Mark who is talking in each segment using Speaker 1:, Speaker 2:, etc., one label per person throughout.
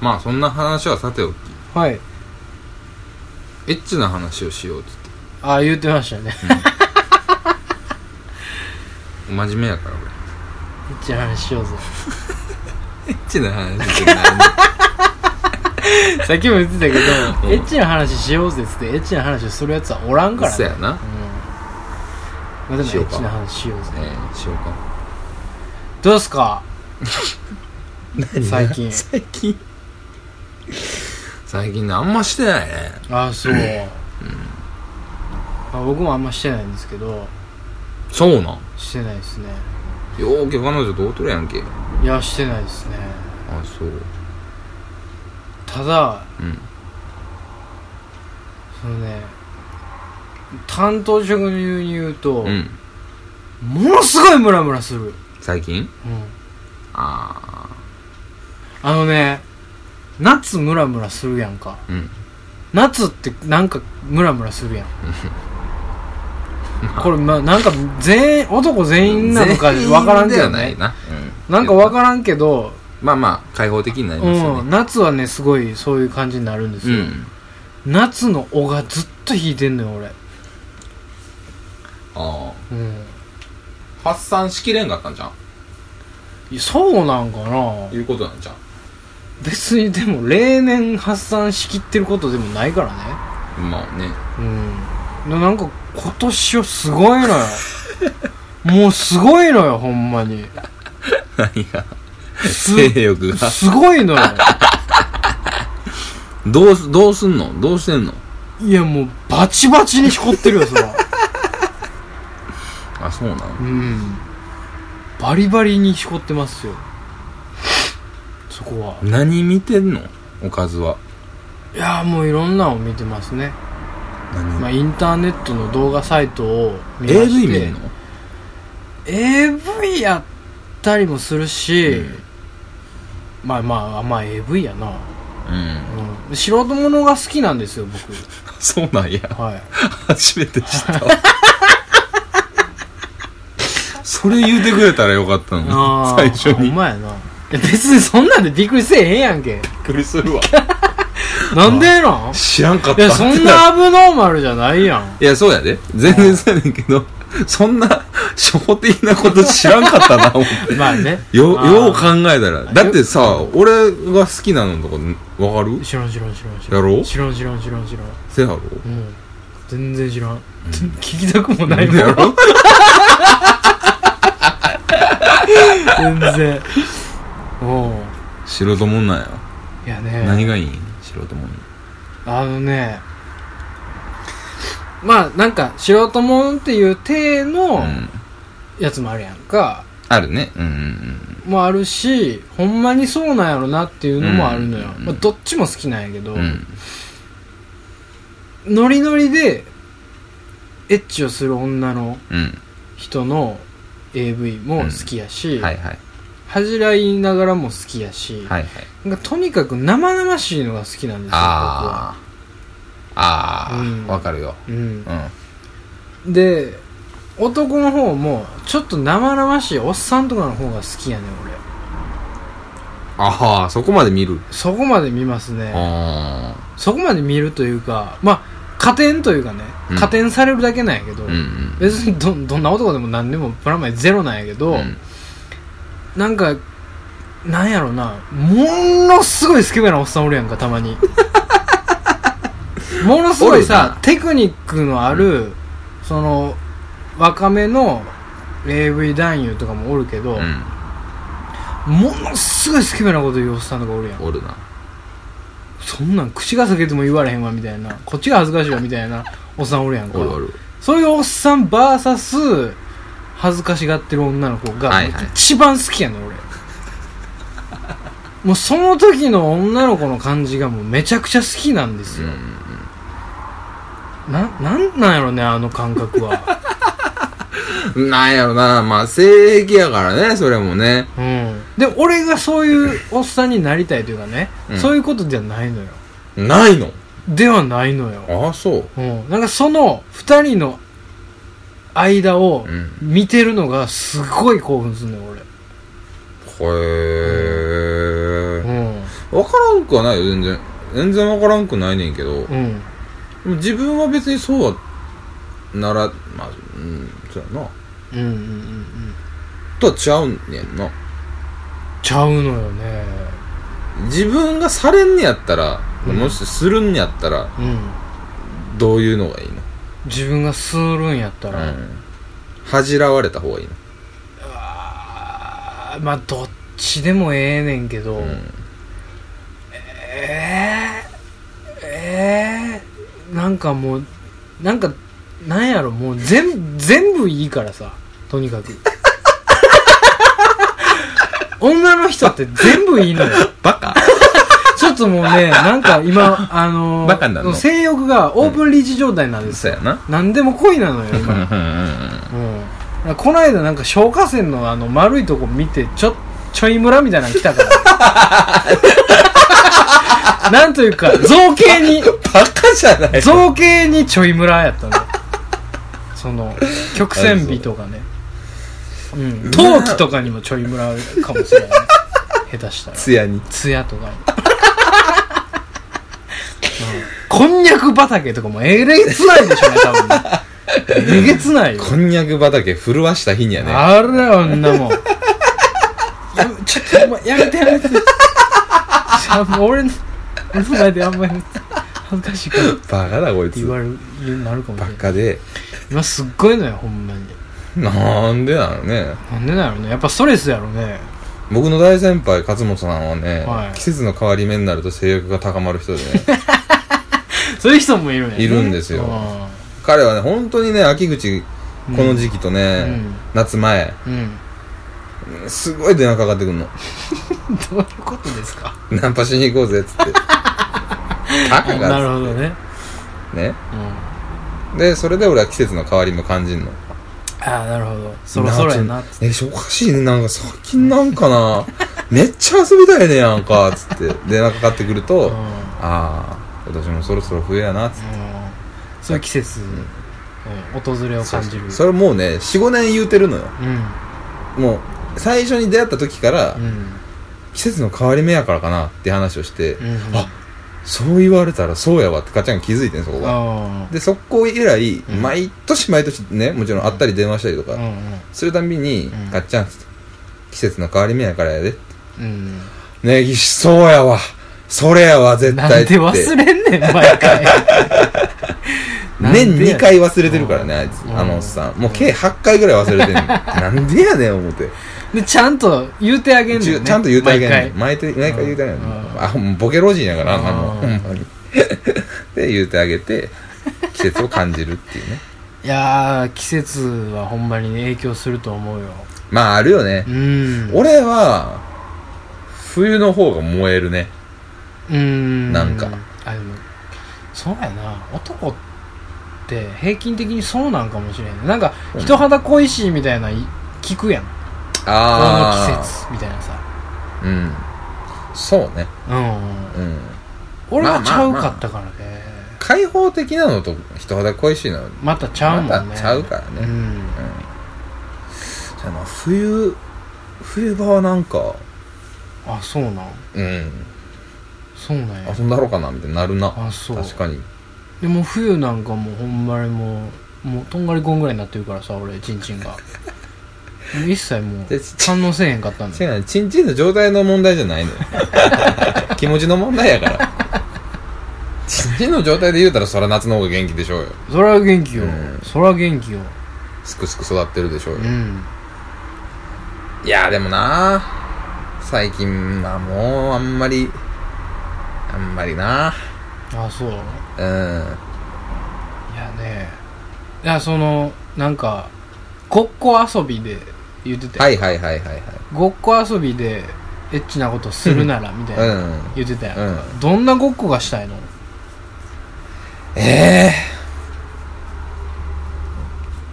Speaker 1: まあそんな話はさておき
Speaker 2: はい
Speaker 1: エッチな話をしようっつって
Speaker 2: ああ言ってましたね
Speaker 1: 真面目やから俺
Speaker 2: 一応話しようぜ
Speaker 1: エッチな話って何
Speaker 2: さっきも言ってたけど
Speaker 1: うん
Speaker 2: エッチな話しようぜっつってエッチな話をするやつはおらんから
Speaker 1: そう
Speaker 2: ね
Speaker 1: やな
Speaker 2: うんまあでもエ
Speaker 1: しよう
Speaker 2: ッ
Speaker 1: か
Speaker 2: チな話しようぜ
Speaker 1: えー、しようか
Speaker 2: どうですか最近
Speaker 1: 最近最近ねあんましてないね
Speaker 2: ああそう、まあ、僕もあんましてないんですけど
Speaker 1: そうなん
Speaker 2: してないですね
Speaker 1: ようけ彼女と会うとるやんけ
Speaker 2: いやしてないですね
Speaker 1: あそう
Speaker 2: ただ
Speaker 1: うん
Speaker 2: そのね担当職の言うに言うと、
Speaker 1: うん
Speaker 2: ものすごいムラムラする、うん、
Speaker 1: 最近あ
Speaker 2: あのね夏ムラムラするやんか
Speaker 1: あうん
Speaker 2: 夏ってなんかムラムラするやんこれまあなんか全員男全員なのか
Speaker 1: 全員
Speaker 2: 分からんけ
Speaker 1: で
Speaker 2: ど
Speaker 1: はない
Speaker 2: ね
Speaker 1: な、う
Speaker 2: なんか分からんけど、
Speaker 1: まあまあ開放的になりますよ
Speaker 2: う
Speaker 1: ね
Speaker 2: ん、夏はねすごいそういう感じになるんです
Speaker 1: う
Speaker 2: よ、
Speaker 1: ん
Speaker 2: 夏の尾がずっと引いてんのよ俺、
Speaker 1: あ
Speaker 2: うん
Speaker 1: あ発散しきれんかったんじゃん
Speaker 2: いや、そうなんかな
Speaker 1: いうことなんじゃ
Speaker 2: 別にでも例年発散しきってることでもないからね
Speaker 1: んまあね
Speaker 2: うんでなんか今年はすごいのよ もうすごいのよほんまに
Speaker 1: 何が
Speaker 2: す
Speaker 1: 性欲が
Speaker 2: すごいのよ
Speaker 1: どうすどうすんのどうしてんの
Speaker 2: いやもうバチバチにひこってるよそれは
Speaker 1: あ そうなの
Speaker 2: うんバリバリにひこってますよそこは
Speaker 1: 何見てんのおかずはい
Speaker 2: やもういろんなのを見てますね、
Speaker 1: 何、
Speaker 2: まあ、インターネットの動画サイトを見まして
Speaker 1: AV 見んの
Speaker 2: AV やったりもするし、
Speaker 1: うん
Speaker 2: まあまあまあ AV やな、
Speaker 1: うん
Speaker 2: うん、素人ものが好きなんですよ僕
Speaker 1: そうなんや
Speaker 2: はい
Speaker 1: 初めて知 ったわそれ言うてくれたらよかったのに
Speaker 2: あー
Speaker 1: 最初
Speaker 2: ほ
Speaker 1: にび
Speaker 2: ん
Speaker 1: っ
Speaker 2: まやないや別にそんなんでびっくりせえへんやんけ
Speaker 1: くりするわ
Speaker 2: なんでなん
Speaker 1: 知らんかっ
Speaker 2: い
Speaker 1: た
Speaker 2: やそんなアブノーマルじゃないやん
Speaker 1: いやそうやで全然そうやねんけどそんな初歩的なこと知らんかったな思って
Speaker 2: まあね
Speaker 1: よ
Speaker 2: あー
Speaker 1: よう考えたらだってさ俺が好きなのとかわかる
Speaker 2: 知らん知らん知らん知
Speaker 1: やろ
Speaker 2: 知らん知らん知らん知らん
Speaker 1: せやろ
Speaker 2: うん全然知らん、聞きたくもないもん
Speaker 1: やろ
Speaker 2: 全然おう
Speaker 1: 素人もんなんや
Speaker 2: いやね
Speaker 1: 何がいいん素人もん
Speaker 2: あのねまあなんか素人もんっていう体の
Speaker 1: うん
Speaker 2: やつもあるやんか、
Speaker 1: あるねうんうんうん
Speaker 2: もあるしほんまにそうなんやろなっていうのもあるのよ、
Speaker 1: うん
Speaker 2: まあ、どっちも好きなんやけど、
Speaker 1: うん
Speaker 2: ノリノリでエッチをする女の
Speaker 1: う
Speaker 2: 人の AV も好きやし、
Speaker 1: んはいはい
Speaker 2: 恥じらいながらも好きやし、
Speaker 1: はいはい
Speaker 2: なんかとにかく生々しいのが好きなんですよ僕は、
Speaker 1: あああ
Speaker 2: うん
Speaker 1: あわかるよ
Speaker 2: うん
Speaker 1: う、ん
Speaker 2: で男の方もちょっと生々しいおっさんとかの方が好きやねん俺
Speaker 1: ああそこまで見る
Speaker 2: そこまで見ますね
Speaker 1: ああ
Speaker 2: そこまで見るというかまあ加点というかね
Speaker 1: うん
Speaker 2: 加点されるだけなんやけど、
Speaker 1: うんうん
Speaker 2: 別にどどんな男でも何でもプラマイゼロなんやけど、
Speaker 1: うん
Speaker 2: なんかなんやろなものすごいスケベなおっさんおるやんかた まにものすごい
Speaker 1: おる
Speaker 2: さ
Speaker 1: な
Speaker 2: テクニックのある、その若めの AV 男優とかもおるけど、
Speaker 1: うん
Speaker 2: ものすごいスケベなこと言うおっさんとかおるやん
Speaker 1: おるな
Speaker 2: そんなん口が裂けても言われへんわみたいなこっちが恥ずかしいわみたいなおっさんおるやんか
Speaker 1: おるおる
Speaker 2: そういうおっさん VS 恥ずかしがってる女の子が
Speaker 1: はいはい
Speaker 2: 一番好きやねん、俺 もうその時の女の子の感じがもうめちゃくちゃ好きなんですよ、ななんなんやろねあの感 覚は
Speaker 1: うんなんやろなまあ性癖やからねそれもね
Speaker 2: うんで俺がそういうおっさんになりたいというかね、
Speaker 1: うん
Speaker 2: そういうことではないのよ
Speaker 1: ないの
Speaker 2: ではないのよ
Speaker 1: ああそう
Speaker 2: うん、なんかその2人の間を
Speaker 1: うん
Speaker 2: 見てるのがすごい興奮するね俺
Speaker 1: へえ
Speaker 2: うん
Speaker 1: わかからんくはないよ全然全然わからんくないねんけど、で
Speaker 2: うん
Speaker 1: も自分は別にそうはならまあうんそうやな
Speaker 2: うんうんうんうん
Speaker 1: とはちゃうんねんな
Speaker 2: ちゃうのよね
Speaker 1: 自分がされんねやったら、
Speaker 2: うん
Speaker 1: もしするんやったら
Speaker 2: うん
Speaker 1: どういうのがいいの、
Speaker 2: 自分がするんやった
Speaker 1: う
Speaker 2: ら、
Speaker 1: ん、恥じらわれた方がいいの
Speaker 2: あーまあどっちでもええねんけど、
Speaker 1: うん
Speaker 2: ええええなんかもうなんかなんやろもう全全部いいからさとにかく 女の人って全部いいのよ
Speaker 1: バカ
Speaker 2: ちょっともうねなんか今あのー
Speaker 1: バカになるの
Speaker 2: 性欲がオープンリーチ状態なんです
Speaker 1: そう
Speaker 2: よ、
Speaker 1: や な
Speaker 2: なん、何でも恋なのよ
Speaker 1: うんうん
Speaker 2: 今
Speaker 1: うん
Speaker 2: うん、この間なんか消火栓のあの丸いとこ見てちょちょい村みたいなの来たから なんというか造形に
Speaker 1: バカじゃない
Speaker 2: 造形にちょい村やったねその曲線美とかねうん陶器とかにもちょい村かもし れないね下手したら
Speaker 1: つやに
Speaker 2: 艶とか に、うんこんにゃく畑とかもえげつないでしょうね多分ねえげつないよ
Speaker 1: こんにゃく畑震わした日にはね
Speaker 2: あれあんなもんやちょっとお前やめてやめてあもう俺の俺の前であんまり恥ずかしいからって
Speaker 1: バカだこいつ
Speaker 2: 言われる言うようになるかもし
Speaker 1: バ
Speaker 2: れない
Speaker 1: カで
Speaker 2: 今すっごいのよほんまに
Speaker 1: なんでなのね
Speaker 2: なんでだろうねやっぱストレスやろね
Speaker 1: 僕の大先輩勝本さんはね、
Speaker 2: はい
Speaker 1: 季節の変わり目になると性欲が高まる人でね
Speaker 2: そういう人もいるね
Speaker 1: いるんですよ
Speaker 2: う
Speaker 1: 彼はね本当にね秋口この時期とね、
Speaker 2: うん
Speaker 1: 夏前
Speaker 2: ん、うん、
Speaker 1: すごい電話かかってくんの
Speaker 2: どういうことですか
Speaker 1: ナンパしに行こうぜっつ ってバカ
Speaker 2: なる
Speaker 1: が
Speaker 2: ほどね、
Speaker 1: ね
Speaker 2: うん、
Speaker 1: でそれで俺は季節の変わり目感じんの
Speaker 2: ああなるほどそろそろやな
Speaker 1: ちょえおかしいねなんか最近なんかな めっちゃ遊びたいねやんかつって電話かかってくると、
Speaker 2: うん
Speaker 1: ああ私もそろそろ冬やなつって
Speaker 2: うんそういう季節、うん、訪れを感じる
Speaker 1: それもうね45年言うてるのよ
Speaker 2: うん
Speaker 1: もう最初に出会った時から、
Speaker 2: うん
Speaker 1: 季節の変わり目やからかなって話をして、
Speaker 2: うんうん
Speaker 1: あそう言われたらそうやわってガチャン気づいてんそこが
Speaker 2: あ
Speaker 1: でそこ以来、
Speaker 2: ん
Speaker 1: 毎年毎年ねもちろん会ったり電話したりと
Speaker 2: あ
Speaker 1: か、
Speaker 2: うん
Speaker 1: するたんびに、
Speaker 2: ん
Speaker 1: ガッチャンっつって季節の変わり目やからやで
Speaker 2: うん
Speaker 1: ねぎしそうやわそれやわ絶
Speaker 2: なん
Speaker 1: 対って
Speaker 2: で忘れんねん 毎回なんで
Speaker 1: 年
Speaker 2: や
Speaker 1: 2回忘れてるからねあいつ
Speaker 2: うん
Speaker 1: あのおっさんもう計8回ぐらい忘れてんの なんでやねん思って
Speaker 2: でちゃんと言うてあげんね
Speaker 1: ちゅ
Speaker 2: ん、ね、
Speaker 1: ちゃんと言うてあげんね
Speaker 2: 毎
Speaker 1: ん
Speaker 2: 回
Speaker 1: 毎回毎回言うてあげんね
Speaker 2: うん
Speaker 1: んあもうボケ老人やからあんなもんほ
Speaker 2: うん
Speaker 1: んまに で言うてあげて季節を感じるっていうね
Speaker 2: いやー季節はほんまに影響すると思うよ
Speaker 1: まああるよね
Speaker 2: うん
Speaker 1: 俺は冬の方が燃えるね
Speaker 2: うん
Speaker 1: なんか
Speaker 2: あでもそうやな男って平均的にそうなんかもしれんねなんか
Speaker 1: うん
Speaker 2: 人肌恋しいみたいない聞くやんこの
Speaker 1: ああ
Speaker 2: 季節みたいなさ
Speaker 1: うんそうね
Speaker 2: うん
Speaker 1: うん
Speaker 2: 俺はちゃう
Speaker 1: まあまあまあ
Speaker 2: かったからね、
Speaker 1: 開放的なのと人肌恋しいのは
Speaker 2: またちゃうもんね、
Speaker 1: またちゃうからね
Speaker 2: うん
Speaker 1: そうやな冬冬場はなんか
Speaker 2: あそうなん
Speaker 1: うん
Speaker 2: そうなんや
Speaker 1: 遊んだろうかなみたいになるな
Speaker 2: あそう
Speaker 1: 確かに
Speaker 2: でも冬なんかもうほんまにもうもうとんがりこんぐらいになってるからさ俺チンチンが もう一切もう
Speaker 1: でち
Speaker 2: 反応せえへんかったんだ
Speaker 1: 違うねチンチンの状態の問題じゃないの よ気持ちの問題やからチンチンの状態で言うたらそら夏の方が元気でしょうよ
Speaker 2: そら元気よ、
Speaker 1: うん
Speaker 2: そら元気よ
Speaker 1: すくすく育ってるでしょうよ
Speaker 2: う、ん
Speaker 1: いやでもな最近はもうあんまりあんまりな
Speaker 2: あそうい
Speaker 1: うん
Speaker 2: やねいやそのなんかごっこ遊びで言ってて、
Speaker 1: はいはいはいはいはい
Speaker 2: ごっこ遊びでエッチなことするならみたいな
Speaker 1: うん
Speaker 2: 言ってたやん、
Speaker 1: う
Speaker 2: どんなごっこがしたいの
Speaker 1: ええ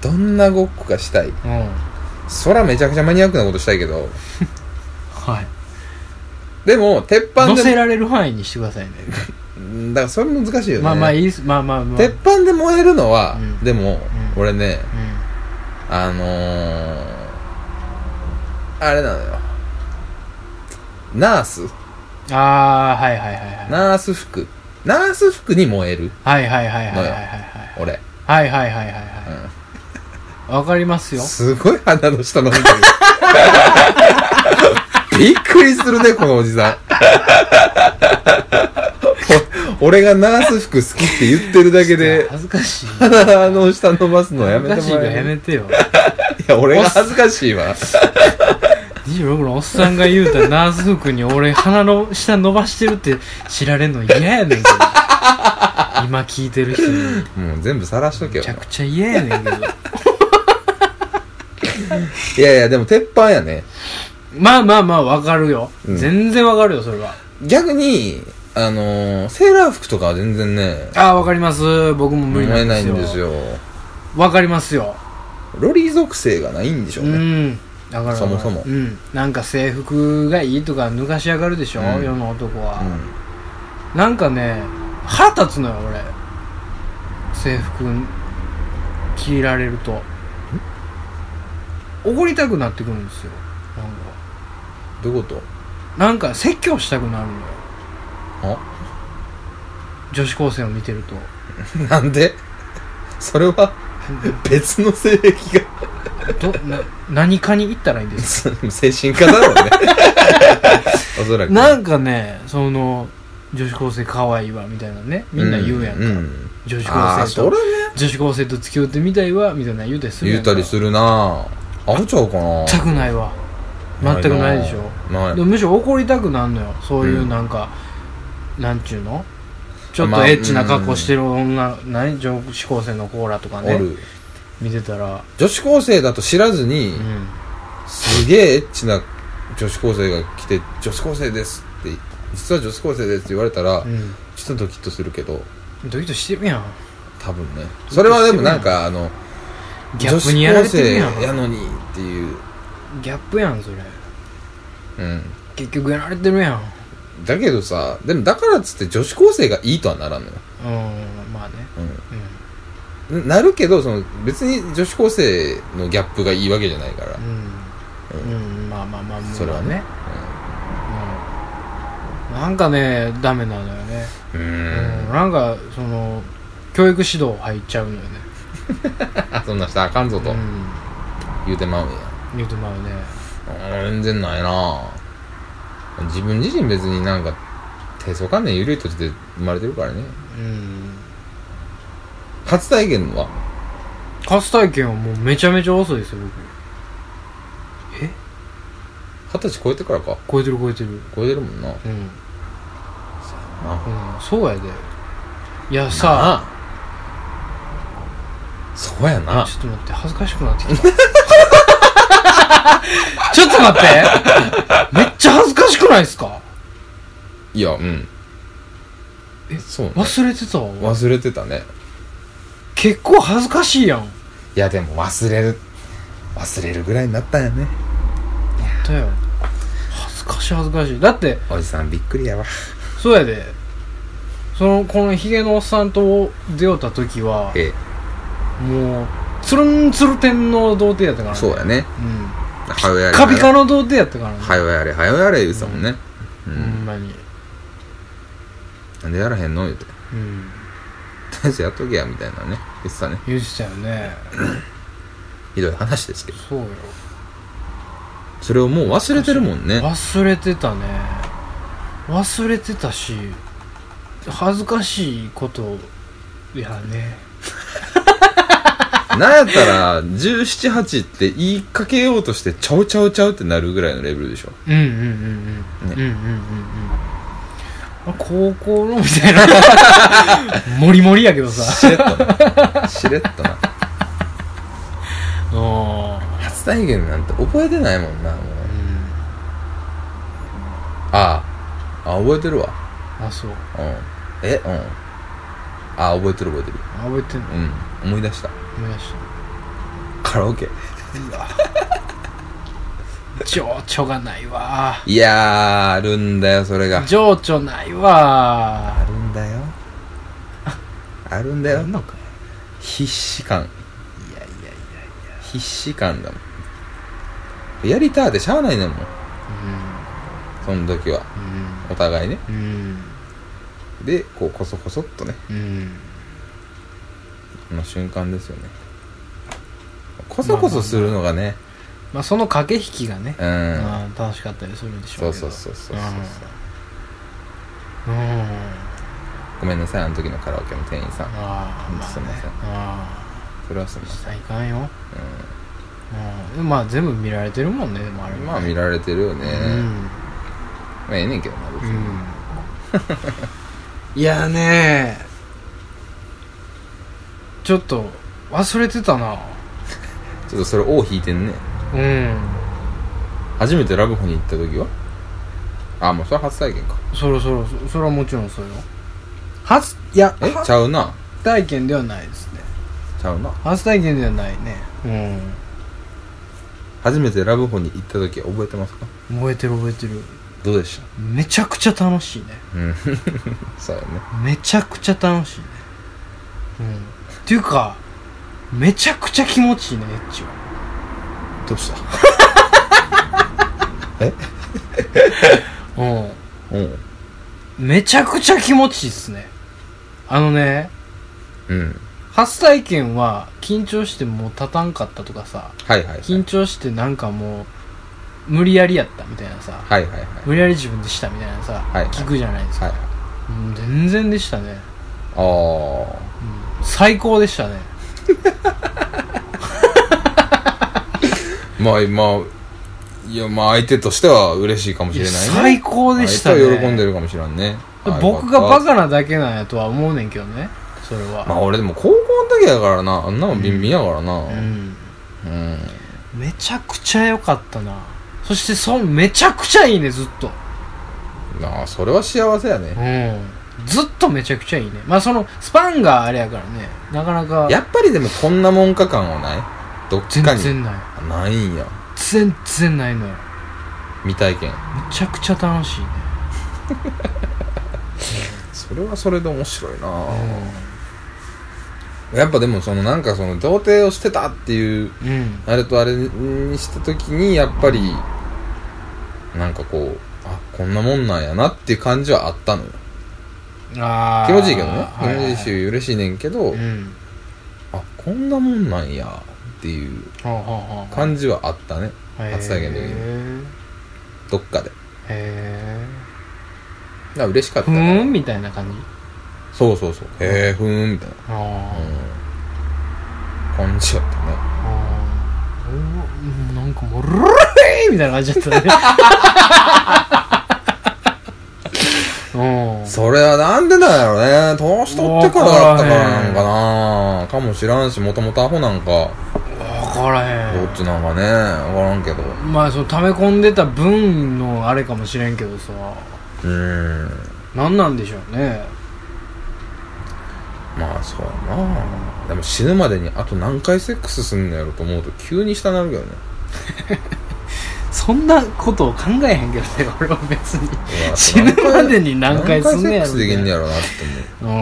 Speaker 1: どんなごっこがしたい
Speaker 2: うん
Speaker 1: そらめちゃくちゃマニアックなことしたいけど
Speaker 2: はい
Speaker 1: でも鉄板
Speaker 2: 乗
Speaker 1: で
Speaker 2: せられる範囲にしてくださいね
Speaker 1: うんだからそれ難しいよね
Speaker 2: まあまあいいっすまあまあまあ
Speaker 1: 鉄板で燃えるのは、
Speaker 2: うん
Speaker 1: でも、
Speaker 2: うん
Speaker 1: 俺ね
Speaker 2: う
Speaker 1: あのー、あれなのよナース
Speaker 2: んああはいはいはいはい
Speaker 1: ナース服ナース服に燃える
Speaker 2: はいはいはいはいはいはい
Speaker 1: 俺、
Speaker 2: はいはいはいはいは
Speaker 1: う
Speaker 2: いわかりますよ
Speaker 1: ん、すごい鼻の下伸びてる びっくりするねこのおじさん お俺がナース服好きって言ってるだけ
Speaker 2: いや
Speaker 1: で
Speaker 2: 恥ずかしい
Speaker 1: 鼻の下伸ばすのや
Speaker 2: 恥
Speaker 1: め
Speaker 2: ずか
Speaker 1: て
Speaker 2: しい
Speaker 1: も
Speaker 2: から
Speaker 1: ら
Speaker 2: や
Speaker 1: える
Speaker 2: めてよ
Speaker 1: いや俺が恥ずかしいわ
Speaker 2: 26のおっさんが言うたナース服に俺鼻の下伸ばしてるって知られんの嫌やねんけど今聞いてる人に
Speaker 1: もう全部晒しとけ
Speaker 2: め
Speaker 1: よ
Speaker 2: ちゃくちゃ嫌やねんけど
Speaker 1: いやいやでも鉄板やね
Speaker 2: まあまあまあわかるよ、
Speaker 1: うん
Speaker 2: 全然わかるよそれは
Speaker 1: 逆にあのー、セーラー服とかは全然ね
Speaker 2: ああわかります僕も無
Speaker 1: 燃
Speaker 2: 理
Speaker 1: え
Speaker 2: な
Speaker 1: ない
Speaker 2: ん
Speaker 1: ん
Speaker 2: で
Speaker 1: ですす
Speaker 2: よ
Speaker 1: よ
Speaker 2: わかりますよ
Speaker 1: ロリー属性がないんでしょ
Speaker 2: う
Speaker 1: うね
Speaker 2: んだから
Speaker 1: そもそも
Speaker 2: うん、なんか制服がいいとか抜かしやがるでしょ、
Speaker 1: うん
Speaker 2: 世の男は
Speaker 1: う、ん
Speaker 2: なんかね腹立つのよ俺制服着られると怒りたくなってくるんですよなんか
Speaker 1: どういうこと
Speaker 2: なんか説教したくなるのよ
Speaker 1: あ
Speaker 2: 女子高生を見てると
Speaker 1: なんでそれは別の性癖が
Speaker 2: どな何かに行ったらいいんです
Speaker 1: 精神科だろう ねおそらく
Speaker 2: なんかねその女子高生可愛いわみたいなねみんな言うやんか、
Speaker 1: う
Speaker 2: 女子
Speaker 1: ああ
Speaker 2: 高生
Speaker 1: それ
Speaker 2: と
Speaker 1: ね
Speaker 2: 女子高生と付き合ってみたいわみたいな言うたりする
Speaker 1: 言う
Speaker 2: や
Speaker 1: ん
Speaker 2: か
Speaker 1: たりするなあるちゃうかな
Speaker 2: 全くないわ全くないでしょ
Speaker 1: ない
Speaker 2: でもむしろ怒りたくなんのよそういううんなんか、なんちゅうのちょっ
Speaker 1: ま
Speaker 2: と
Speaker 1: あ
Speaker 2: エッチな格好してる女、何女子高生のコーラとか
Speaker 1: お
Speaker 2: ね
Speaker 1: る
Speaker 2: 見てたら、
Speaker 1: 女子高生だと知らずに、
Speaker 2: うん、
Speaker 1: すげえエッチな女子高生が来て「女子高生です」って実は女子高生ですって言われたら、
Speaker 2: う
Speaker 1: ちょっとドキッとするけど
Speaker 2: ん、ドキドキしてるやん
Speaker 1: 多分ねそれはでもなんかあの
Speaker 2: ギャップにやられてるや
Speaker 1: 女子高生や
Speaker 2: ん
Speaker 1: のにっていう
Speaker 2: ギャップやんそれ
Speaker 1: うん
Speaker 2: 結局やられてるやん
Speaker 1: だけどさでもだからっつって女子高生がいいとはならんのよ、
Speaker 2: うんまあね
Speaker 1: うん、なるけどその別に女子高生のギャップがいいわけじゃないから、
Speaker 2: う
Speaker 1: うん
Speaker 2: んうん、うん、まあまあまあ
Speaker 1: それはね
Speaker 2: うんなんかねダメなのよね
Speaker 1: う
Speaker 2: うん
Speaker 1: ん、
Speaker 2: なんかその教育指導入っちゃうのよね
Speaker 1: あそんなしたらあかんぞと
Speaker 2: うん
Speaker 1: 言うてまうんや
Speaker 2: 言うてまうね
Speaker 1: うん全然ないな自分自身別になんか低層観念緩い土地で生まれてるからね
Speaker 2: うん
Speaker 1: 初体験は
Speaker 2: 初体験はもうめちゃめちゃ遅いですよ
Speaker 1: 二十歳超えてからか
Speaker 2: 僕超えてる超えてる
Speaker 1: 超えてるもんな
Speaker 2: うん、
Speaker 1: な
Speaker 2: うん、そうやでいやさ
Speaker 1: あそうやな
Speaker 2: ちょっと待って恥ずかしくなってきた ちょっと待ってめっちゃ恥ずかしくないですか
Speaker 1: いやうん
Speaker 2: え
Speaker 1: そうね
Speaker 2: 忘れてたわ
Speaker 1: 忘れてたね
Speaker 2: 結構恥ずかしいやんや
Speaker 1: いやでも忘れる忘れるぐらいになったんやね
Speaker 2: ったよ恥ずかしい恥ずかしいだって
Speaker 1: おじさんびっくりやわ
Speaker 2: そうやでそのこのヒゲのおっさんと出会った時は
Speaker 1: え
Speaker 2: もうつるんつる天の童貞やったか
Speaker 1: え
Speaker 2: らね
Speaker 1: そうやね
Speaker 2: うん
Speaker 1: はよやれ
Speaker 2: カピカの童貞やったからね
Speaker 1: はよやれはよやれ言うてたもんねう
Speaker 2: ほ
Speaker 1: ん
Speaker 2: んまに
Speaker 1: なんでやらへんの言うて
Speaker 2: うん
Speaker 1: とりあえずやっとけやみたいなね言ってたね
Speaker 2: 言ってたよね
Speaker 1: ひどい話ですけど
Speaker 2: そうよ
Speaker 1: それをもう忘れてるもんね
Speaker 2: 忘れてたね忘れてたし恥ずかしいことやね
Speaker 1: なんやったら1718って言いかけようとしてちゃうちゃうちゃうってなるぐらいのレベルでしょ
Speaker 2: うんうんうんうん、
Speaker 1: ね
Speaker 2: うんうんうんうんあ高校のみたいな モリモリやけどさ
Speaker 1: しれっとなしれっとな
Speaker 2: あ
Speaker 1: 初体験なんて覚えてないもんなもう
Speaker 2: うん
Speaker 1: あああ覚えてるわ
Speaker 2: あそう
Speaker 1: うんえうんああ覚えてる覚えてる
Speaker 2: あ覚えてんの
Speaker 1: うん思い出した
Speaker 2: 思い出した
Speaker 1: カラオケ
Speaker 2: 情緒がないわ
Speaker 1: いやーあるんだよそれが
Speaker 2: 情緒ないわ
Speaker 1: あるんだよあるんだ
Speaker 2: や
Speaker 1: よ
Speaker 2: んのかい
Speaker 1: 必死感
Speaker 2: いやいやいや
Speaker 1: 必死感だもんやりたーでしゃあないねんもん
Speaker 2: うん
Speaker 1: その時は
Speaker 2: うん
Speaker 1: お互いね
Speaker 2: うん
Speaker 1: でこうこそこそっとね
Speaker 2: うん
Speaker 1: この瞬間ですよねこそこそするのがね、
Speaker 2: まあその駆け引きがね、
Speaker 1: うん
Speaker 2: まあ楽しかったりするんでし
Speaker 1: そ
Speaker 2: ょう
Speaker 1: う
Speaker 2: けど
Speaker 1: そうそうそうそう
Speaker 2: うんうん
Speaker 1: ごめんなさいあの時のカラオケの店員さん
Speaker 2: ああまあ
Speaker 1: すい
Speaker 2: ね
Speaker 1: ません
Speaker 2: あ
Speaker 1: それはすみ
Speaker 2: あ
Speaker 1: ませ
Speaker 2: し
Speaker 1: ん
Speaker 2: たらいかんよ、うん、まあ全部見られてるもんねでもあれ
Speaker 1: まあ見
Speaker 2: ら
Speaker 1: られてるよね、
Speaker 2: う
Speaker 1: ま
Speaker 2: ん
Speaker 1: あええねんけどな別
Speaker 2: う
Speaker 1: に、
Speaker 2: んいやねちょっと忘れてたな
Speaker 1: ちょっとそれ尾引いてんね
Speaker 2: うん
Speaker 1: 初めてラブホに行った時はあもうそれ初体験か
Speaker 2: そろそろそそれはもちろんそうよ初いや
Speaker 1: え
Speaker 2: 初
Speaker 1: ちゃうな
Speaker 2: 体験ではないですね
Speaker 1: ちゃうな
Speaker 2: 初体験ではないねうん
Speaker 1: 初めてラブホに行った時覚えてますか
Speaker 2: 覚えてる覚えてる
Speaker 1: どうでし
Speaker 2: めちゃくちゃ楽しいね
Speaker 1: たうん そうやね
Speaker 2: めちゃくちゃ楽しいねうんっていうかめちゃくちゃ気持ちいいねエッチは
Speaker 1: どうした
Speaker 2: うん
Speaker 1: うん
Speaker 2: めちゃくちゃ気持ちいいっすねあのね
Speaker 1: うん
Speaker 2: 初体験は緊張してもう立たんかったとかさ
Speaker 1: はいはいはい
Speaker 2: 緊張してなんかもう無理やりやったみたいなさ
Speaker 1: はいはいはい
Speaker 2: 無理やり自分でしたみたいなさ、
Speaker 1: はい
Speaker 2: 聞くじゃないですか、
Speaker 1: はいはい
Speaker 2: うん全然でしたね
Speaker 1: あ
Speaker 2: 最高でしたね
Speaker 1: あまあまあいやまあ相手としては嬉しいかもしれないね
Speaker 2: 最高でしたね
Speaker 1: 相手は喜んでるかもしれんねあ
Speaker 2: 僕がバ
Speaker 1: よかっ
Speaker 2: カなだけなんやとは思うねんけどねそれは、
Speaker 1: たまあ俺でも高校の時やからなあんなもんビンビンやからな
Speaker 2: うん
Speaker 1: うん
Speaker 2: めちゃくちゃ良かったなそしてそめちゃくちゃいいねずっと
Speaker 1: ああそれは幸せやね
Speaker 2: うんずっとめちゃくちゃいいねまあそのスパンがあれやからねなかなか
Speaker 1: やっぱりでもこんなもんか感はないどっち
Speaker 2: 全
Speaker 1: かに
Speaker 2: 然ない
Speaker 1: ないんや
Speaker 2: 全然ないのよめ
Speaker 1: 未体験
Speaker 2: ちゃくちゃ楽しいね
Speaker 1: それはそれで面白いな
Speaker 2: う
Speaker 1: やっぱでもそのなんかその童貞をしてたっていうん
Speaker 2: うん
Speaker 1: あれとあれにした時にやっぱりなんかこうあこんなもんなんやなっていう感じはあったのよ
Speaker 2: ああ
Speaker 1: 気持ちいいけどね気
Speaker 2: はいはい
Speaker 1: 持ちいいし嬉しいねんけど
Speaker 2: うん
Speaker 1: あこんなもんなんやっていう
Speaker 2: はあはあはあ
Speaker 1: 感じはあったね初体験の時に
Speaker 2: へ
Speaker 1: どっかで
Speaker 2: えへ
Speaker 1: だから嬉しかっ
Speaker 2: えふ
Speaker 1: た
Speaker 2: ーん
Speaker 1: ね
Speaker 2: みたいな感じ
Speaker 1: そうそうそうへえふーんみたいな
Speaker 2: ああ
Speaker 1: うん感じやったね
Speaker 2: あーうんなんかもう「ルルーみたいな感じだったね うん
Speaker 1: それはなんでなんやろね年取ってからだったからなんかなかもしらんしもともとアホなんか
Speaker 2: 分からへ
Speaker 1: ど
Speaker 2: ん
Speaker 1: っちなんかねわからんけど
Speaker 2: まあその溜め込んでた分のあれかもしれんけどさ
Speaker 1: うーん
Speaker 2: 何なんでしょうね
Speaker 1: まあそうやなでも死ぬまでにあと何回セックスすんのやろと思うと急に下なるけどね
Speaker 2: そんなことを考えへんけどね俺は別に
Speaker 1: う わ
Speaker 2: 死ぬまでに何回すんね
Speaker 1: 何回セッ
Speaker 2: やろ
Speaker 1: クスできんねやろなって思う
Speaker 2: うんう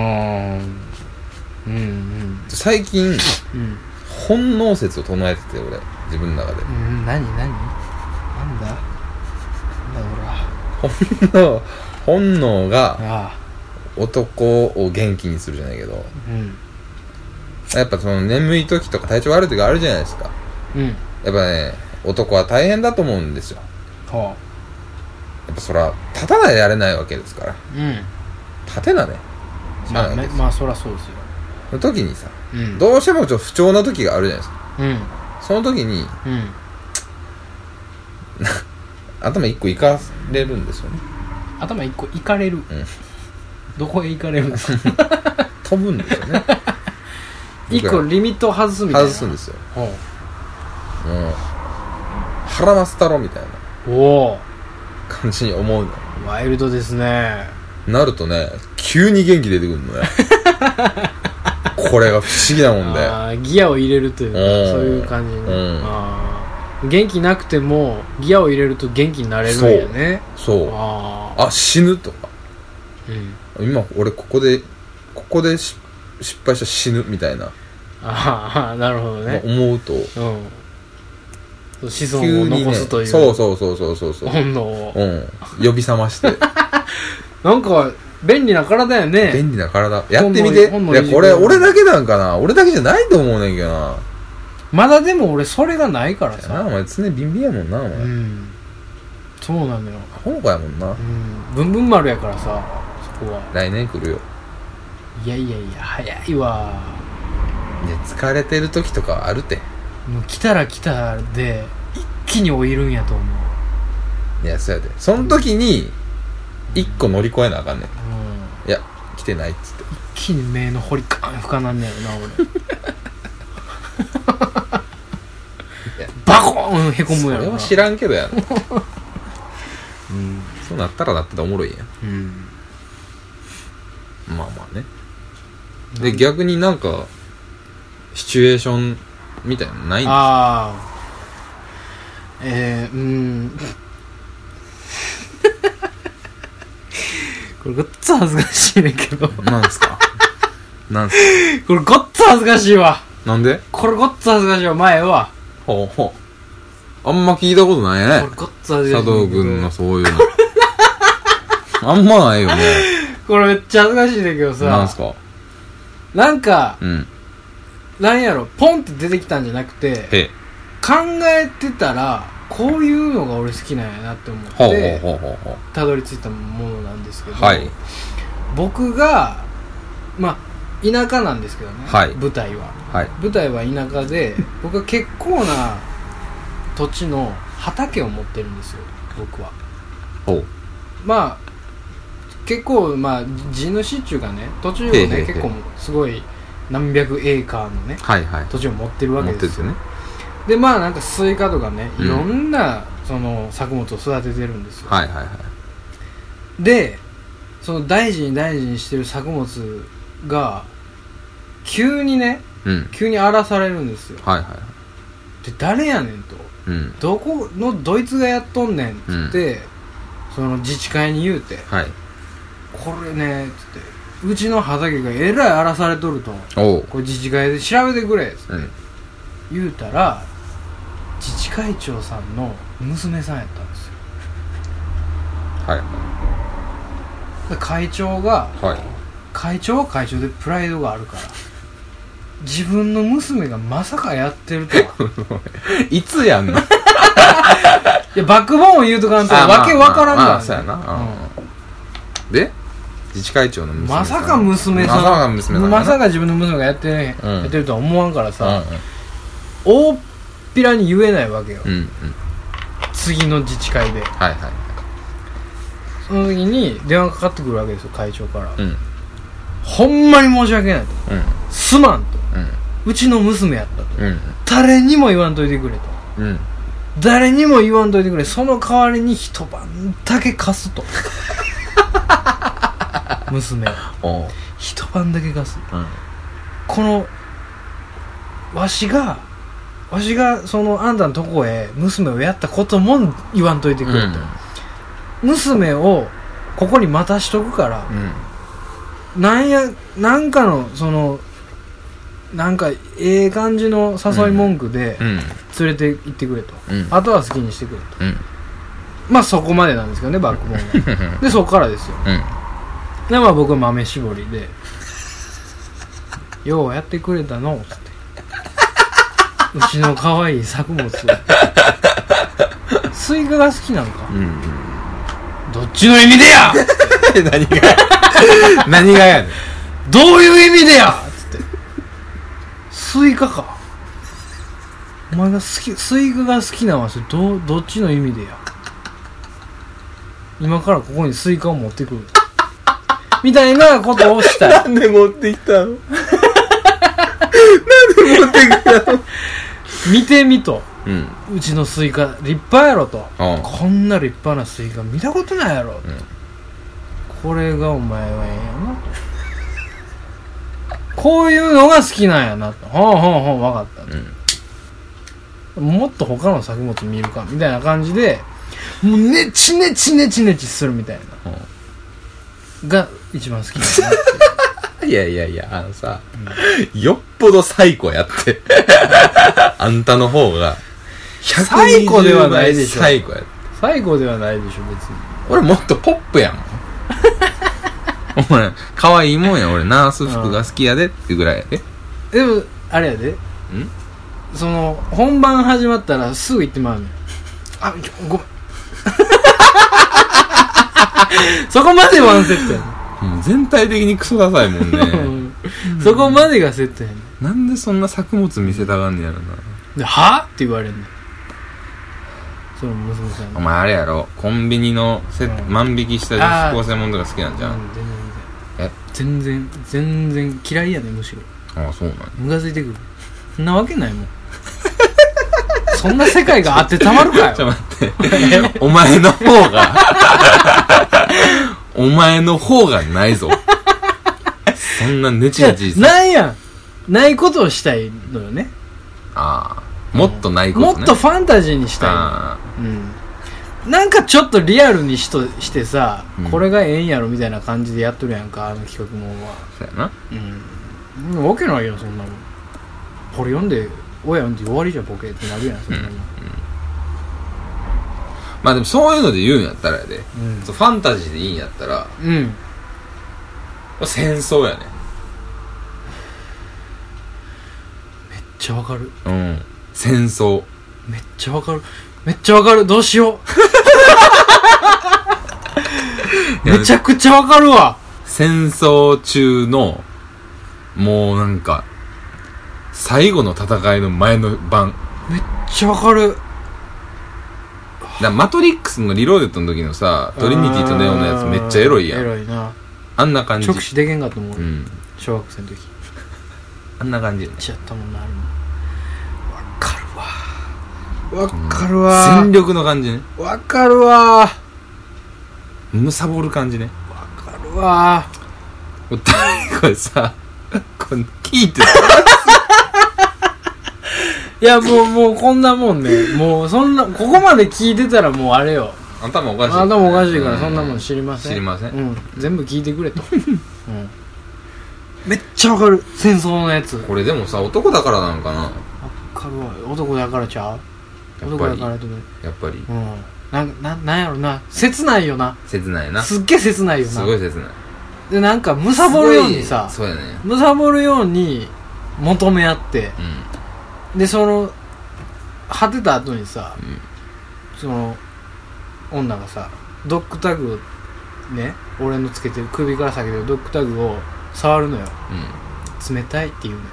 Speaker 2: んうん
Speaker 1: 最近
Speaker 2: うん
Speaker 1: 本能説を唱えてて俺自分の中で
Speaker 2: うん何何なんだなん
Speaker 1: 本
Speaker 2: だ
Speaker 1: 能本能
Speaker 2: ほ
Speaker 1: が
Speaker 2: らああ
Speaker 1: 男を元気にするじゃないけど
Speaker 2: うん
Speaker 1: やっぱその眠い時とか体調悪い時あるじゃないですか
Speaker 2: うん
Speaker 1: やっぱね男は大変だと思うんですよ
Speaker 2: は
Speaker 1: やっぱそら立たないでやれないわけですから
Speaker 2: あうん
Speaker 1: 立てなねしゃ
Speaker 2: ま
Speaker 1: あ
Speaker 2: あ、
Speaker 1: ない
Speaker 2: ね
Speaker 1: です、
Speaker 2: まあそりゃそうですよ
Speaker 1: その時にさ
Speaker 2: うん
Speaker 1: どうしてもちょっと不調な時があるじゃないですか
Speaker 2: うん
Speaker 1: その時に
Speaker 2: うん
Speaker 1: 頭一個いかれるんですよね
Speaker 2: 頭一個いかれる、どこへ行かれる んですか
Speaker 1: 飛ぶんですよね
Speaker 2: 一個リミットを外すみたい
Speaker 1: 外すん
Speaker 2: な
Speaker 1: ですよ
Speaker 2: ほう
Speaker 1: もう腹マス太郎みたいな
Speaker 2: おお
Speaker 1: 感じに思うの
Speaker 2: ワイルドですね
Speaker 1: なるとね急に元気出てくるの ねこれが不思議なもんで
Speaker 2: あーギアを入れるというか
Speaker 1: うん
Speaker 2: そういう感じに、
Speaker 1: うん
Speaker 2: あー元気なくてもギアを入れると元気になれるんやね
Speaker 1: そう
Speaker 2: ああ
Speaker 1: あ死ぬとか
Speaker 2: うん
Speaker 1: 今俺ここでここでし失敗したら死ぬみたいな
Speaker 2: ああなるほどね
Speaker 1: 思うと
Speaker 2: うん子孫
Speaker 1: 急
Speaker 2: を
Speaker 1: にね
Speaker 2: 残すという
Speaker 1: そうそうそうそうそうそう
Speaker 2: 本能を
Speaker 1: うん呼び覚まして
Speaker 2: なんか便利な体やね
Speaker 1: 便利な体。やってみて。
Speaker 2: ほん
Speaker 1: い
Speaker 2: のいい
Speaker 1: や、これ、
Speaker 2: ほんのいい
Speaker 1: 俺だけなんかな。俺だけじゃないと思うねんけどな。
Speaker 2: まだでも俺それがないから
Speaker 1: なあ、
Speaker 2: さ
Speaker 1: お前、常ビンビンやもんな、お前
Speaker 2: う。んそうなのよ
Speaker 1: アホかやもんな
Speaker 2: う。んぶんぶん丸やからさそこは
Speaker 1: 来年来るよ。
Speaker 2: いやいやいや早いわ
Speaker 1: いや、疲れてる時とかあるて。
Speaker 2: もう来たら来たで一気に老いるんやと思う
Speaker 1: いや、そうやで。その時に、一個乗り越えなあかんねん。
Speaker 2: うん
Speaker 1: いや、来てないっつって。
Speaker 2: 一気に目の掘りガーン深なんねやろ な
Speaker 1: い
Speaker 2: 俺
Speaker 1: や
Speaker 2: バコーンへこむや
Speaker 1: それ
Speaker 2: ろ
Speaker 1: は
Speaker 2: な
Speaker 1: 知らんけど やな。
Speaker 2: うん、
Speaker 1: そうなったらだってたおもろいや
Speaker 2: うん、
Speaker 1: ん。まあまあね。で、逆になんか、シチュエーションみたいなのないんです
Speaker 2: ああえ ー、うんこれごっつ恥ずかしいねんけど こ
Speaker 1: なんすかなんすか
Speaker 2: れごっつ恥ずかしいわ
Speaker 1: なんで
Speaker 2: これごっつ恥ずかしいわ前は
Speaker 1: ほうほう。あんま聞いたことない
Speaker 2: これ
Speaker 1: ね。
Speaker 2: ごっつ恥ずかしい
Speaker 1: 佐藤君のそうい うの。あんまないよね。
Speaker 2: これめっちゃ恥ずかしいねんだけどさ
Speaker 1: なんすか
Speaker 2: なんか
Speaker 1: うん。
Speaker 2: なんやろポンって出てきたんじゃなくて
Speaker 1: へ。
Speaker 2: 考えてたらこういうのが俺好きなんやなって思
Speaker 1: ほう
Speaker 2: って
Speaker 1: ほうほうほうほう。
Speaker 2: たどり着いたものなんですけど、
Speaker 1: はい。
Speaker 2: 僕がまあ田舎なんですけどね、
Speaker 1: はい
Speaker 2: 舞台は
Speaker 1: はい。
Speaker 2: 舞台は田舎 で僕は結構な土地の畑を持ってるんですよ僕は
Speaker 1: ほう。
Speaker 2: まあ結構まあ地主っていうかね土地を
Speaker 1: へ
Speaker 2: ね
Speaker 1: えへえ
Speaker 2: 結構すごい何百エーカーのね
Speaker 1: はいはい。
Speaker 2: 土地を持ってるわ
Speaker 1: 持っ
Speaker 2: け
Speaker 1: て
Speaker 2: で
Speaker 1: る
Speaker 2: す
Speaker 1: よ
Speaker 2: よ
Speaker 1: ね。
Speaker 2: でまあなんかスイカとかね
Speaker 1: うん
Speaker 2: いろんな、その作物を育ててるんですよ、
Speaker 1: はいはいはい。
Speaker 2: でその大事に大事にしてる作物が急にね
Speaker 1: うん。
Speaker 2: 急に荒らされるんですよ
Speaker 1: はいはいはい。
Speaker 2: で誰やねんと
Speaker 1: うん。
Speaker 2: どこのどいつがやっとんねんっつって、その自治会に言うて
Speaker 1: はい。
Speaker 2: これねっつってうちの畑がえらい荒らされとると
Speaker 1: おう。
Speaker 2: これ自治会で調べてくれっつって
Speaker 1: うん。
Speaker 2: 言うたら自治会長さんの娘さんやったんですよ
Speaker 1: は
Speaker 2: で会長が
Speaker 1: い。はい。
Speaker 2: 会長は会長でプライドがあるから自分の娘がまさかやってるとは
Speaker 1: いつやん の
Speaker 2: いやバックボーンを言うとかんとわけわからん
Speaker 1: まあまあまあ
Speaker 2: か
Speaker 1: そう
Speaker 2: ら
Speaker 1: や
Speaker 2: ね
Speaker 1: な。うんで自治会長の
Speaker 2: うん
Speaker 1: 娘さん。
Speaker 2: まさか娘さん
Speaker 1: まさか娘さん。
Speaker 2: まさか自分の娘がやって,、ね
Speaker 1: うん
Speaker 2: やってるとは思わんからさ、
Speaker 1: う
Speaker 2: 大っぴらに言えないわけよ、
Speaker 1: んうん。うんうん。
Speaker 2: 次の自治会で
Speaker 1: はいはい。
Speaker 2: その時に電話かかってくるわけですよ会長から、
Speaker 1: うん。うん。
Speaker 2: ほんまに申し訳ないとすまんと
Speaker 1: う
Speaker 2: うちの娘やったと
Speaker 1: ん。
Speaker 2: 誰にも言わんといてくれと
Speaker 1: うん。うん。
Speaker 2: 誰にも言わんといてくれその代わりに一晩だけ 貸すと娘を
Speaker 1: おう。
Speaker 2: 一晩だけ貸す
Speaker 1: うん。
Speaker 2: このわしがわしがそのあんたのとこへ娘をやったことも言わんといてくれと、娘をここに待たしとくから
Speaker 1: う、ん。
Speaker 2: なんやなんかのそのなんかええ感じの誘い文句で
Speaker 1: うん。
Speaker 2: 連れて行ってくれと、
Speaker 1: うん。
Speaker 2: あとは好きにしてくれ
Speaker 1: う
Speaker 2: と
Speaker 1: ん。
Speaker 2: まあそこまでなんですけどねバックボーン
Speaker 1: うん。
Speaker 2: がでそこからですよ
Speaker 1: うん。
Speaker 2: でまあ僕は豆絞り で「ようやってくれたの」つって「うちの可愛い作物をスイカが好きなのか
Speaker 1: うん。
Speaker 2: どっちの意味でや
Speaker 1: 何が何がやねん。
Speaker 2: どういう意味でや!」つって「スイカかお前が好きスイカが好きなのはそれどうどっちの意味でや今からここにスイカを持ってくる」みたいなことをしたい
Speaker 1: んで持ってきたのなんで持ってきたの
Speaker 2: 見てみと
Speaker 1: うん。
Speaker 2: うちのスイカ立派やろと
Speaker 1: うん
Speaker 2: こんな立派なスイカ見たことないやろ、
Speaker 1: ん
Speaker 2: これがお前はええやなこういうのが好きなんやなとほうほうほう分かったと、もっと他の作物見るかみたいな感じでもうネチネチネチネチするみたいな、が一番好きなんやなっていう
Speaker 1: いやいやいや、あのさ、よっぽど最古やって。あんたの方が、120
Speaker 2: 最古ではないでしょ
Speaker 1: 倍最古やって。
Speaker 2: 最後ではないでしょ別に
Speaker 1: 俺もっとポップやもん。お前、可愛いもんや、俺、ナース服が好きやでってぐらいやで。
Speaker 2: でもあれやでその本番始まったらすぐ行ってまうねんあごめん そこまでワンセットやねん
Speaker 1: もう全体的にクソダサいもんね。
Speaker 2: うんそこまでがセットやねん
Speaker 1: なんでそんな作物見せたがんねやろな。
Speaker 2: で「は?」って言われんねんその娘さんに
Speaker 1: お前あれやろ、コンビニのセット
Speaker 2: うん
Speaker 1: 万引きした女子高生もんとか好きなんじゃん。え
Speaker 2: 全然全然全然嫌いやねむしろ
Speaker 1: ああ、そうなんや
Speaker 2: ムカついてくるそんなわけないもんそんな世界があってたまる か
Speaker 1: ちょ
Speaker 2: よ
Speaker 1: っと待って。お前の方が、 お前の方がないぞ。そんなネチネチ
Speaker 2: いやないやんないことをしたいのよね
Speaker 1: ああ、もっとないこと
Speaker 2: も
Speaker 1: ね。
Speaker 2: っとファンタジーにしたいの
Speaker 1: ああ
Speaker 2: うん、なんかちょっとリアルにしとしてさ、
Speaker 1: うん
Speaker 2: これがええんやろみたいな感じでやっとるやんかあの企画もんは
Speaker 1: そうやな。
Speaker 2: うんうんわけないよそんなもんポリオンで親呼んで終わりじゃボケってなるやんそんなもん、
Speaker 1: まあでもそういうので言うんやったらやで。
Speaker 2: うん
Speaker 1: そうファンタジーでいいんやったら、
Speaker 2: うん、
Speaker 1: 戦争やね。
Speaker 2: めっちゃわかる
Speaker 1: うん。戦争。
Speaker 2: めっちゃわかるめっちゃわかるどうしよ うめちゃくちゃわかるわ
Speaker 1: 戦争中の、もうなんか、最後の戦いの前の晩。
Speaker 2: めっちゃわかる
Speaker 1: だからマトリックスのリローデッドの時のさ、トリニティとネオのやつめっちゃエロいや
Speaker 2: エ
Speaker 1: ん。
Speaker 2: ロいな
Speaker 1: あんな感じ。
Speaker 2: 直視できんかったもん、
Speaker 1: う
Speaker 2: 俺
Speaker 1: ん。
Speaker 2: 小学生の時
Speaker 1: あんな感じよね。
Speaker 2: ちゃったもんなあれもわかるわわかるわ
Speaker 1: 戦力の感じね。
Speaker 2: わかるわわ
Speaker 1: むさぼる感じね。
Speaker 2: かるわ
Speaker 1: もう大悟さ、この聞いて
Speaker 2: いやもうもうこんなもんねもうそんなここまで聞いてたらもうあれよ
Speaker 1: 頭おかしい。
Speaker 2: あんなもんおかしいからそんなもん
Speaker 1: 知
Speaker 2: 知りません
Speaker 1: りません。
Speaker 2: うん全部聞いてくれと、 うん、めっちゃわかる戦争のやつわ
Speaker 1: これでもさ、男だからなのかな
Speaker 2: かるわ男だからちゃう
Speaker 1: やっ
Speaker 2: 男
Speaker 1: ぱ
Speaker 2: だ
Speaker 1: り
Speaker 2: からと思う
Speaker 1: やっぱり、
Speaker 2: うんなんなんなんやろな切ないよな
Speaker 1: 切ないな。す
Speaker 2: すっげえ切ないよな
Speaker 1: ごい切ない。
Speaker 2: でなんかむさぼるようにさ
Speaker 1: そうやね。
Speaker 2: むさぼるように求め合って
Speaker 1: う
Speaker 2: でその果てた後にさ、
Speaker 1: うん
Speaker 2: その女がさドッグタグをね俺のつけてる首から下げてるドッグタグを触るのよ
Speaker 1: ん。うん。
Speaker 2: 冷たいって言うのよ、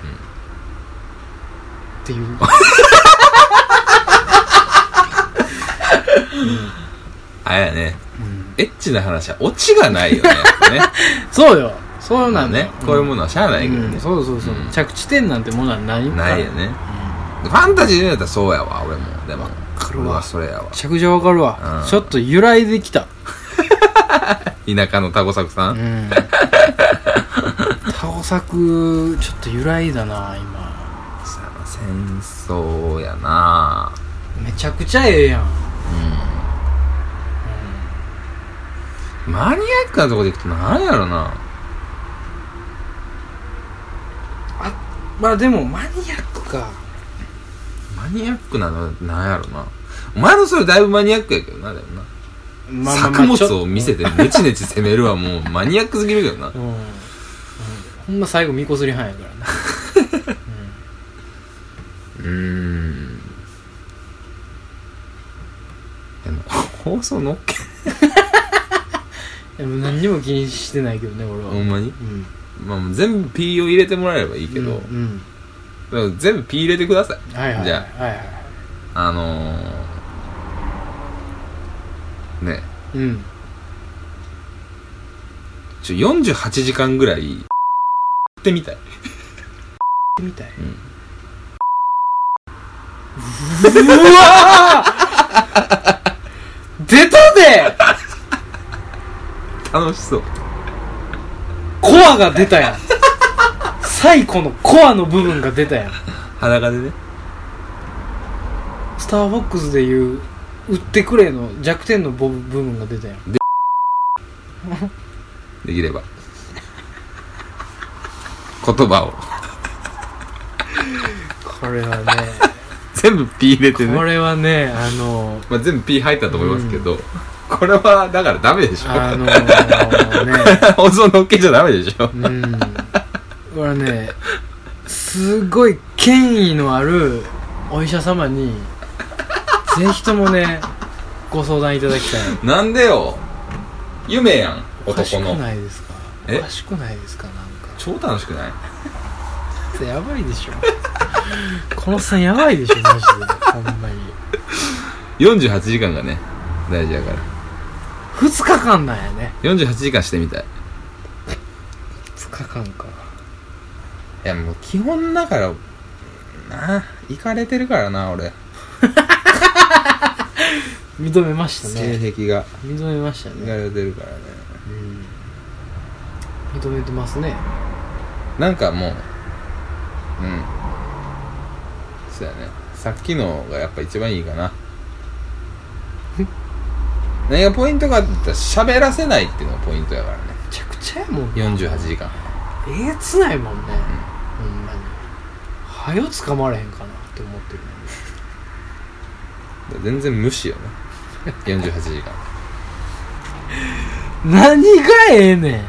Speaker 2: っていう、
Speaker 1: あれやね。エッチな話はオチがないよね。やっぱね
Speaker 2: そうよ そう
Speaker 1: ま
Speaker 2: な
Speaker 1: あ
Speaker 2: んだよ、
Speaker 1: ね。こういうものはしゃあないけど
Speaker 2: うんう
Speaker 1: ね
Speaker 2: ん。そうそうそう、
Speaker 1: うん
Speaker 2: 着地点なんてものはないから
Speaker 1: ないよね。ファンタジーのやったらそうやわ、俺も。でも。
Speaker 2: かるわ
Speaker 1: 俺はそれやわ
Speaker 2: め。ちゃくちゃわかるわ、
Speaker 1: うん
Speaker 2: ちょっと揺らいできた
Speaker 1: 田舎のタコサクさん。
Speaker 2: うんタオ作ちょっと揺らいだな今
Speaker 1: さあ戦争やな
Speaker 2: めちゃくちゃええやん
Speaker 1: マニアックなとこで行くと何やろな。
Speaker 2: まあでもマニアックか
Speaker 1: マニアックなのなんやろな。お前のそれだいぶマニアックやけどな、でもな。
Speaker 2: まあまあまあ
Speaker 1: 作
Speaker 2: ちょ
Speaker 1: 物
Speaker 2: っと
Speaker 1: を見せてネチネチ攻めるはもうマニアックすぎるけどな
Speaker 2: う。ん、うんほんま最後みこすりはんやからな
Speaker 1: うーん。でも、放送のっけ
Speaker 2: でも何にも気にしてないけどね俺 は
Speaker 1: ほんまに
Speaker 2: うん
Speaker 1: まあもう全部 P を入れてもらえればいいけど、
Speaker 2: うん
Speaker 1: でも全部 P 入れてください。
Speaker 2: うんはいはい
Speaker 1: じ
Speaker 2: はい
Speaker 1: ゃ
Speaker 2: はいは
Speaker 1: あのー、ね、
Speaker 2: いうん
Speaker 1: ちょ、48時間ぐらい、ってみたい。
Speaker 2: みたい、
Speaker 1: うん
Speaker 2: うわー 出たで
Speaker 1: 楽しそう。
Speaker 2: コアが出たやん最古のコアの部分が出たやん
Speaker 1: 裸でね。
Speaker 2: スターフォックスでいう「売ってくれ」の弱点のボブ部分が出たやん
Speaker 1: できれば。言葉を。
Speaker 2: これはね
Speaker 1: 全部 P 入れてね。
Speaker 2: これはねあの
Speaker 1: まあ、全部 P 入ったと思いますけど、これはだからダメでしょ
Speaker 2: あのー、ね
Speaker 1: 放送乗っけちゃダメでしょ
Speaker 2: うんこれねすごい権威のあるお医者様にぜひともねご相談いただきたい
Speaker 1: なんでよ夢やん
Speaker 2: おかし
Speaker 1: 男
Speaker 2: く
Speaker 1: の
Speaker 2: ないですか
Speaker 1: え
Speaker 2: おかしくないですかなんか
Speaker 1: 超楽しくない
Speaker 2: ちょっとやばいでしょこのさんやばいでしょマジでほんまに
Speaker 1: 48時間がね大事やから
Speaker 2: 2日間なんやね
Speaker 1: 48時間してみたい
Speaker 2: 2日間か
Speaker 1: いやもう基本だからなあ行かれてるからな俺
Speaker 2: 認めましたね
Speaker 1: 性癖が
Speaker 2: 認めました
Speaker 1: 行か
Speaker 2: ね、
Speaker 1: れてるからね
Speaker 2: うん、認めてますね
Speaker 1: なんかもううんそうやねさっきのがやっぱ一番いいか な何がポイントかって言ったら喋らせないっていうのがポイントやからね
Speaker 2: めちゃくちゃやもんね
Speaker 1: 48時間
Speaker 2: えげつないもんね、ほんまにはよつかまれへんかなって思ってる
Speaker 1: 全然無視よね48時間
Speaker 2: 何がええねん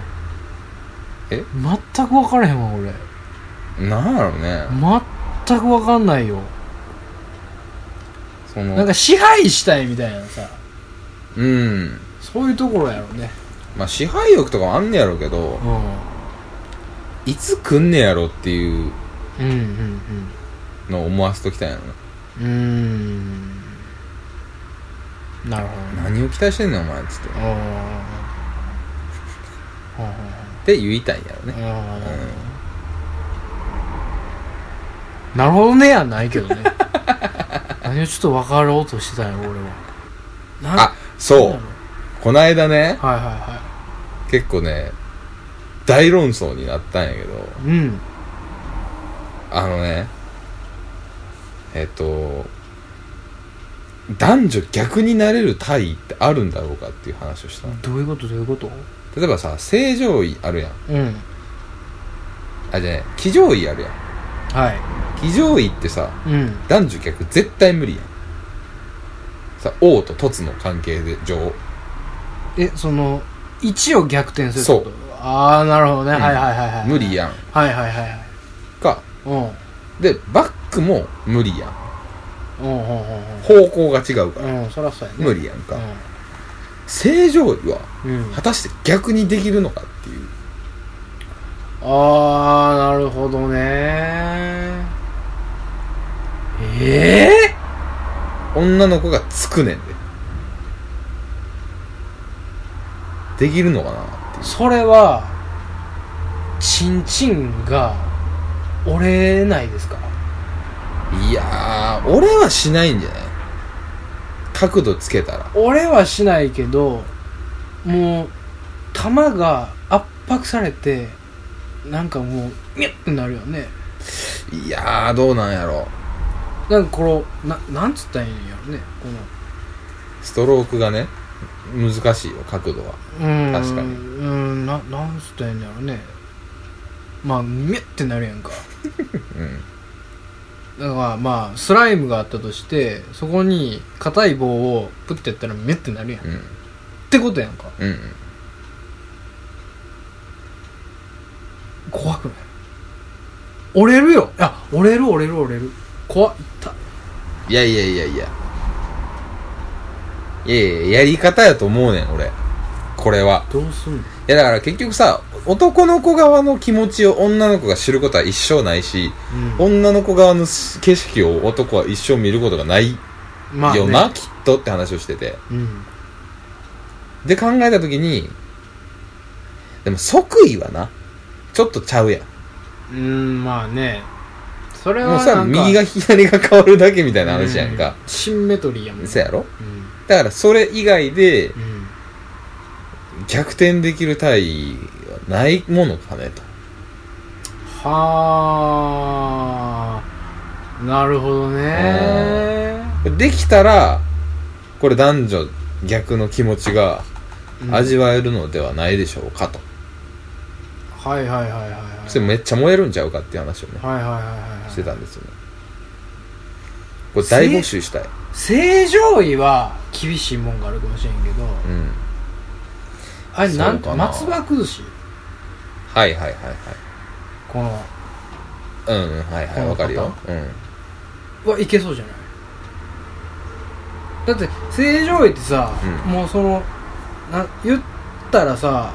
Speaker 1: え
Speaker 2: 全く分からへんわ俺
Speaker 1: なんやろうね
Speaker 2: 全く分かんないよ
Speaker 1: その
Speaker 2: なんか支配したいみたいなさ
Speaker 1: うん
Speaker 2: そういうところやろね
Speaker 1: まあ支配欲とかもあんねやろうけど
Speaker 2: うん
Speaker 1: いつ来んねやろっていう
Speaker 2: うん
Speaker 1: のを思わせときたいのね
Speaker 2: うんうんうーんなるほどね
Speaker 1: 何を期待してんねんお前っつって
Speaker 2: うんうんうん
Speaker 1: って言いたいんやろね
Speaker 2: なるほどねやないけど ね何をちょっと分かろうとしてたんや俺はな
Speaker 1: あそうこないだね
Speaker 2: はいは
Speaker 1: 結構ね大論争になったんやけど
Speaker 2: いはいうん
Speaker 1: あのねえっと男女逆になれる体位ってあるんだろうかっていう話をしたの
Speaker 2: どういうことどういうこと
Speaker 1: 例えばさ正常位あるやん
Speaker 2: うん
Speaker 1: あじゃあね騎乗位あるやん
Speaker 2: は
Speaker 1: 騎乗位ってさ
Speaker 2: いうん
Speaker 1: 男女逆絶対無理やんさ王と凸の関係で女王
Speaker 2: えその一を逆転するってこと
Speaker 1: そう
Speaker 2: ああなるほどね、
Speaker 1: うん
Speaker 2: はいはいはいはい
Speaker 1: 無理やん
Speaker 2: はいはいはいはい
Speaker 1: か
Speaker 2: うん
Speaker 1: でバックも無理やん
Speaker 2: うんうん
Speaker 1: 方向が違うから
Speaker 2: うんうんそらそうやね
Speaker 1: 無理やんか正常位は
Speaker 2: うん、うん、
Speaker 1: 果たして逆にできるのかっていう
Speaker 2: ああなるほどねええ
Speaker 1: 女の子がつくねんでできるのかなっていう
Speaker 2: それはチンチンが折れないですか
Speaker 1: いやー俺はしないんじゃない角度つけたら
Speaker 2: 折れはしないけどもう弾が圧迫されてなんかもうミュッてなるよね
Speaker 1: いやーどうなんやろ
Speaker 2: なんかこのななんつったらいいんやろねこの
Speaker 1: ストロークがね難しいよ角度は
Speaker 2: うーん
Speaker 1: 確かに
Speaker 2: うーんななんつったらいいんやろねまあミュッてなるやんか
Speaker 1: うん
Speaker 2: だからまあスライムがあったとしてそこに硬い棒をプッてやったらミュッてなるやんっ
Speaker 1: うん
Speaker 2: てことやんか
Speaker 1: うん
Speaker 2: 怖くない折れるよいや折れる折れる折れる怖っいった
Speaker 1: いやいやいやいやいやいややり方やと思うねん俺これは
Speaker 2: どうすんの
Speaker 1: いやだから結局さ男の子側の気持ちを女の子が知ることは一生ないし女の子側の景色を男は一生見ることがないよ
Speaker 2: うん
Speaker 1: な、
Speaker 2: まあね
Speaker 1: きっとって話をしてて
Speaker 2: うん
Speaker 1: で考えた時にでも即位はなちょっとちゃうやん
Speaker 2: うんまあねそれは
Speaker 1: もうさ
Speaker 2: なんか
Speaker 1: 右が左が変わるだけみたいな話やんか
Speaker 2: う、シンメトリーやもん
Speaker 1: そやろ
Speaker 2: うん
Speaker 1: だからそれ以外で
Speaker 2: うん
Speaker 1: 逆転できる体位はないものかねと
Speaker 2: はあなるほどね
Speaker 1: できたらこれ男女逆の気持ちが
Speaker 2: うん
Speaker 1: 味わえるのではないでしょうかと、
Speaker 2: はいはいはいはいはい
Speaker 1: そしてめっちゃ燃えるんちゃうかっていう話をね
Speaker 2: はいはいはいはいはい
Speaker 1: してたんですよねこれ大募集したい
Speaker 2: 正常位は厳しいもんがあるかもしれんけど、
Speaker 1: うん
Speaker 2: あれなん
Speaker 1: そうかな
Speaker 2: 松葉崩し
Speaker 1: はいはいはいはい
Speaker 2: この
Speaker 1: うんうんはいは
Speaker 2: こ
Speaker 1: い
Speaker 2: の
Speaker 1: わかるよ
Speaker 2: パ
Speaker 1: うん
Speaker 2: はいけそうじゃないだって正常位ってさ、
Speaker 1: うん
Speaker 2: もうそのな言ったらさ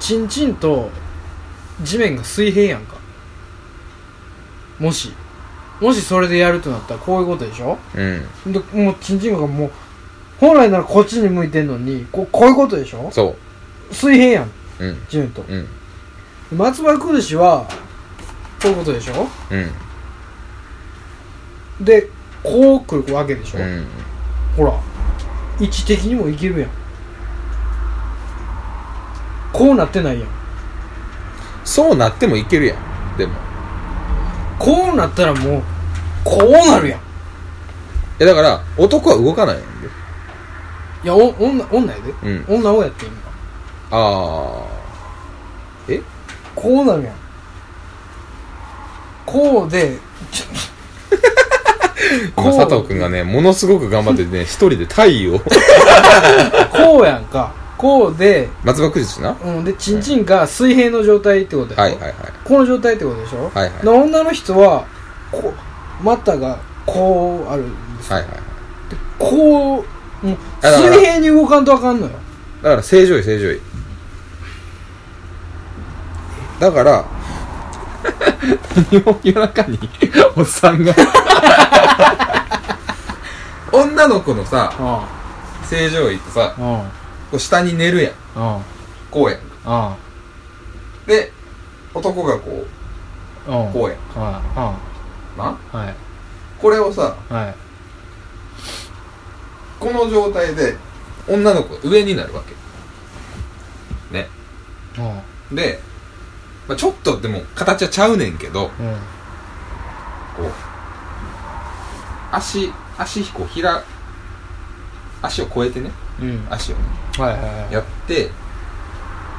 Speaker 2: チンチンと地面が水平やんかもしもしそれでやるとなったらこういうことでしょ
Speaker 1: うん
Speaker 2: でもうチンチンがもう本来ならこっちに向いてんのにこうこういうことでしょ
Speaker 1: そ
Speaker 2: 水平やん
Speaker 1: ううん
Speaker 2: 地面と
Speaker 1: うん
Speaker 2: 松葉くるしはこういうことでしょ
Speaker 1: うん
Speaker 2: でこう来るわけでしょ、
Speaker 1: うん
Speaker 2: ほら位置的にもいけるやんこうなってないやん
Speaker 1: そうなってもいけるやんでも
Speaker 2: こうなったらもうこうなるや
Speaker 1: い
Speaker 2: ん
Speaker 1: やだから男は動かないんで
Speaker 2: いやお女女やで、
Speaker 1: うん
Speaker 2: 女をやって今
Speaker 1: ああえ
Speaker 2: こうなるやんこうでちょ
Speaker 1: 今佐藤君がねものすごく頑張って ね一人で太陽
Speaker 2: こうやんかこうで、
Speaker 1: 松葉くじなは
Speaker 2: うん、でチンチンが水平の状態ってこと
Speaker 1: い
Speaker 2: でしょ、
Speaker 1: はいはい
Speaker 2: この状態ってことでしょ、
Speaker 1: はいはい
Speaker 2: の女の人はこう股がこうあるんですよ、
Speaker 1: はいはいはい
Speaker 2: こうもう
Speaker 1: あだから
Speaker 2: 水平に動かんとあかんのよ
Speaker 1: だから正常位正常位だから何も夜中におっさんが 女の子のさ
Speaker 2: あ
Speaker 1: 正常位ってさ
Speaker 2: あ
Speaker 1: こう下に寝るやん
Speaker 2: あ
Speaker 1: こうやん
Speaker 2: あ
Speaker 1: で男がこう
Speaker 2: あ
Speaker 1: こうやん
Speaker 2: は
Speaker 1: ない
Speaker 2: はい
Speaker 1: これをさ
Speaker 2: はい
Speaker 1: この状態で女の子が上になるわけねで、まあ、ちょっとでも形はちゃうねんけど
Speaker 2: うん
Speaker 1: こう足足こうひら足を越えてね
Speaker 2: うんは
Speaker 1: 足をね
Speaker 2: いはいはい
Speaker 1: やって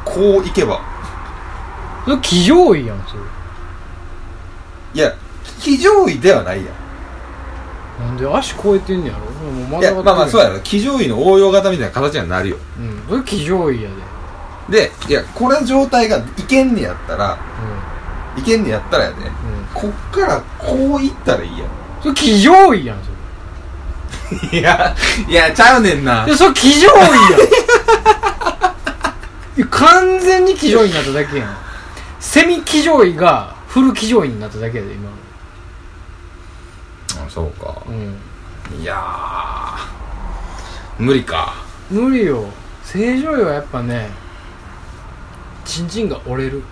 Speaker 1: こういけば
Speaker 2: それ騎乗位やんそれ
Speaker 1: いや非常位ではないやん
Speaker 2: なんで足超えてんねやろもうま
Speaker 1: いやまあまあそうや
Speaker 2: ろ
Speaker 1: ろ騎乗位の応用型みたいな形にはなるよ
Speaker 2: うんそれ騎乗位やでうん
Speaker 1: でいやこれの状態がいけんねやったらいけんねやったらやで、ね、
Speaker 2: うん
Speaker 1: こっからこういったらいいやん
Speaker 2: それ騎乗位やんそ
Speaker 1: いや、いや、ちゃうねんな
Speaker 2: れい。やそれ騎乗位やん いや完全に騎乗位になっただけやんセミ騎乗位がフル騎乗位になっただけやで今の
Speaker 1: あそうか。
Speaker 2: うん
Speaker 1: いやー、無理か。
Speaker 2: 無理よ正常位はやっぱねチンチンが折れる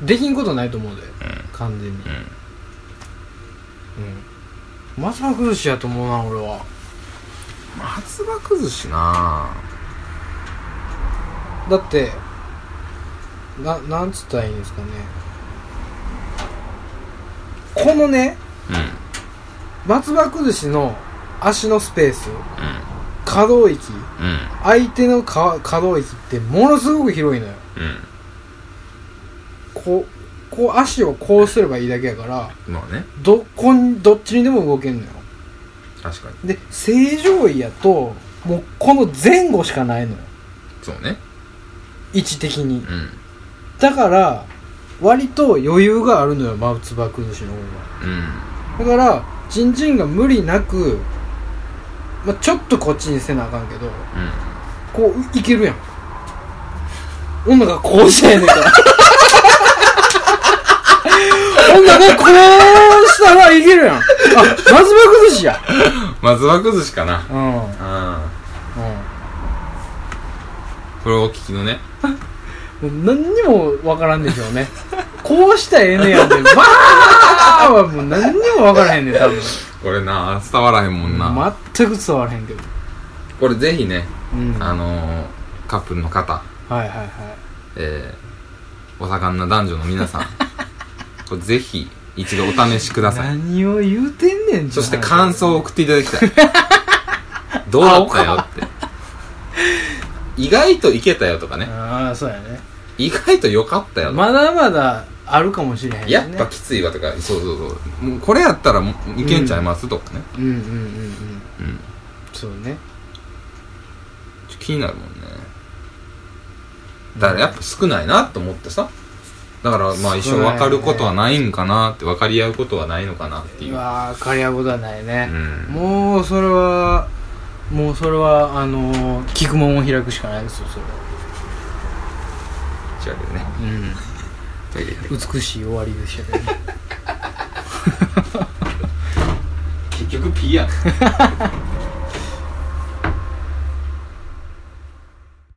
Speaker 2: できんことないと思うで、完全にうん松葉崩しやと思うな俺は
Speaker 1: 松葉崩しな
Speaker 2: だってななんつったらいいんですかねこのね
Speaker 1: うん。うん。
Speaker 2: 松葉崩しの足のスペース可動域
Speaker 1: うん。
Speaker 2: 相手のか可動域ってものすごく広いのよ
Speaker 1: う
Speaker 2: こうこう足をこうすればいいだけやから
Speaker 1: ん。まあね、
Speaker 2: どこにどっちにでも動けんのよ
Speaker 1: 確かに。
Speaker 2: で正常位やともうこの前後しかないのよ
Speaker 1: そうね。
Speaker 2: 位置的に
Speaker 1: うん。
Speaker 2: だから割と余裕があるのよ松葉崩しの方
Speaker 1: うん。
Speaker 2: がだからジンジンが無理なく、まあ、ちょっとこっちにせなあかんけどこういけるやん女がこうしたやねんから 女がこうしたらいけるやんあ松葉崩しや
Speaker 1: 松葉崩しかな。
Speaker 2: うんうん
Speaker 1: うん。これをお聞きのね。
Speaker 2: もう何にもわからんでしょうねこうしたらええねやで「まあ!」はもう何にもわからへんねん多分
Speaker 1: これな伝わらへんもんな。
Speaker 2: 全く伝わらへんけど
Speaker 1: これぜひね、
Speaker 2: うん
Speaker 1: あ
Speaker 2: はい
Speaker 1: のー、カップルの方、
Speaker 2: はいはい
Speaker 1: えー、お盛んな男女の皆さ ん、これぜひ一度お試しください。
Speaker 2: 何を言うてんねん
Speaker 1: そして感想を送っていただき たい。どうだったよって。意外といけたよとかね。
Speaker 2: ああそうやね
Speaker 1: 意外と良かったよとか。
Speaker 2: まだまだあるかもしれへんね
Speaker 1: やっぱきついわとかそうそうそうもうこれやったらもういけんちゃいますとかね、
Speaker 2: うんうんうんうん
Speaker 1: うん、
Speaker 2: そうね
Speaker 1: ちょ気になるもんねだからやっぱ少ないなと思ってさだからまあ一生分かることはないんかなって分かり合うことはないのかなっていう、
Speaker 2: わーり合うことはないね、
Speaker 1: うん、
Speaker 2: もうそれはもうそれはあのー聞く門を開くしかないですよそれは
Speaker 1: じゃあね
Speaker 2: うん
Speaker 1: というわけで
Speaker 2: 美しい終わりでしたけどね
Speaker 1: 結局 P やん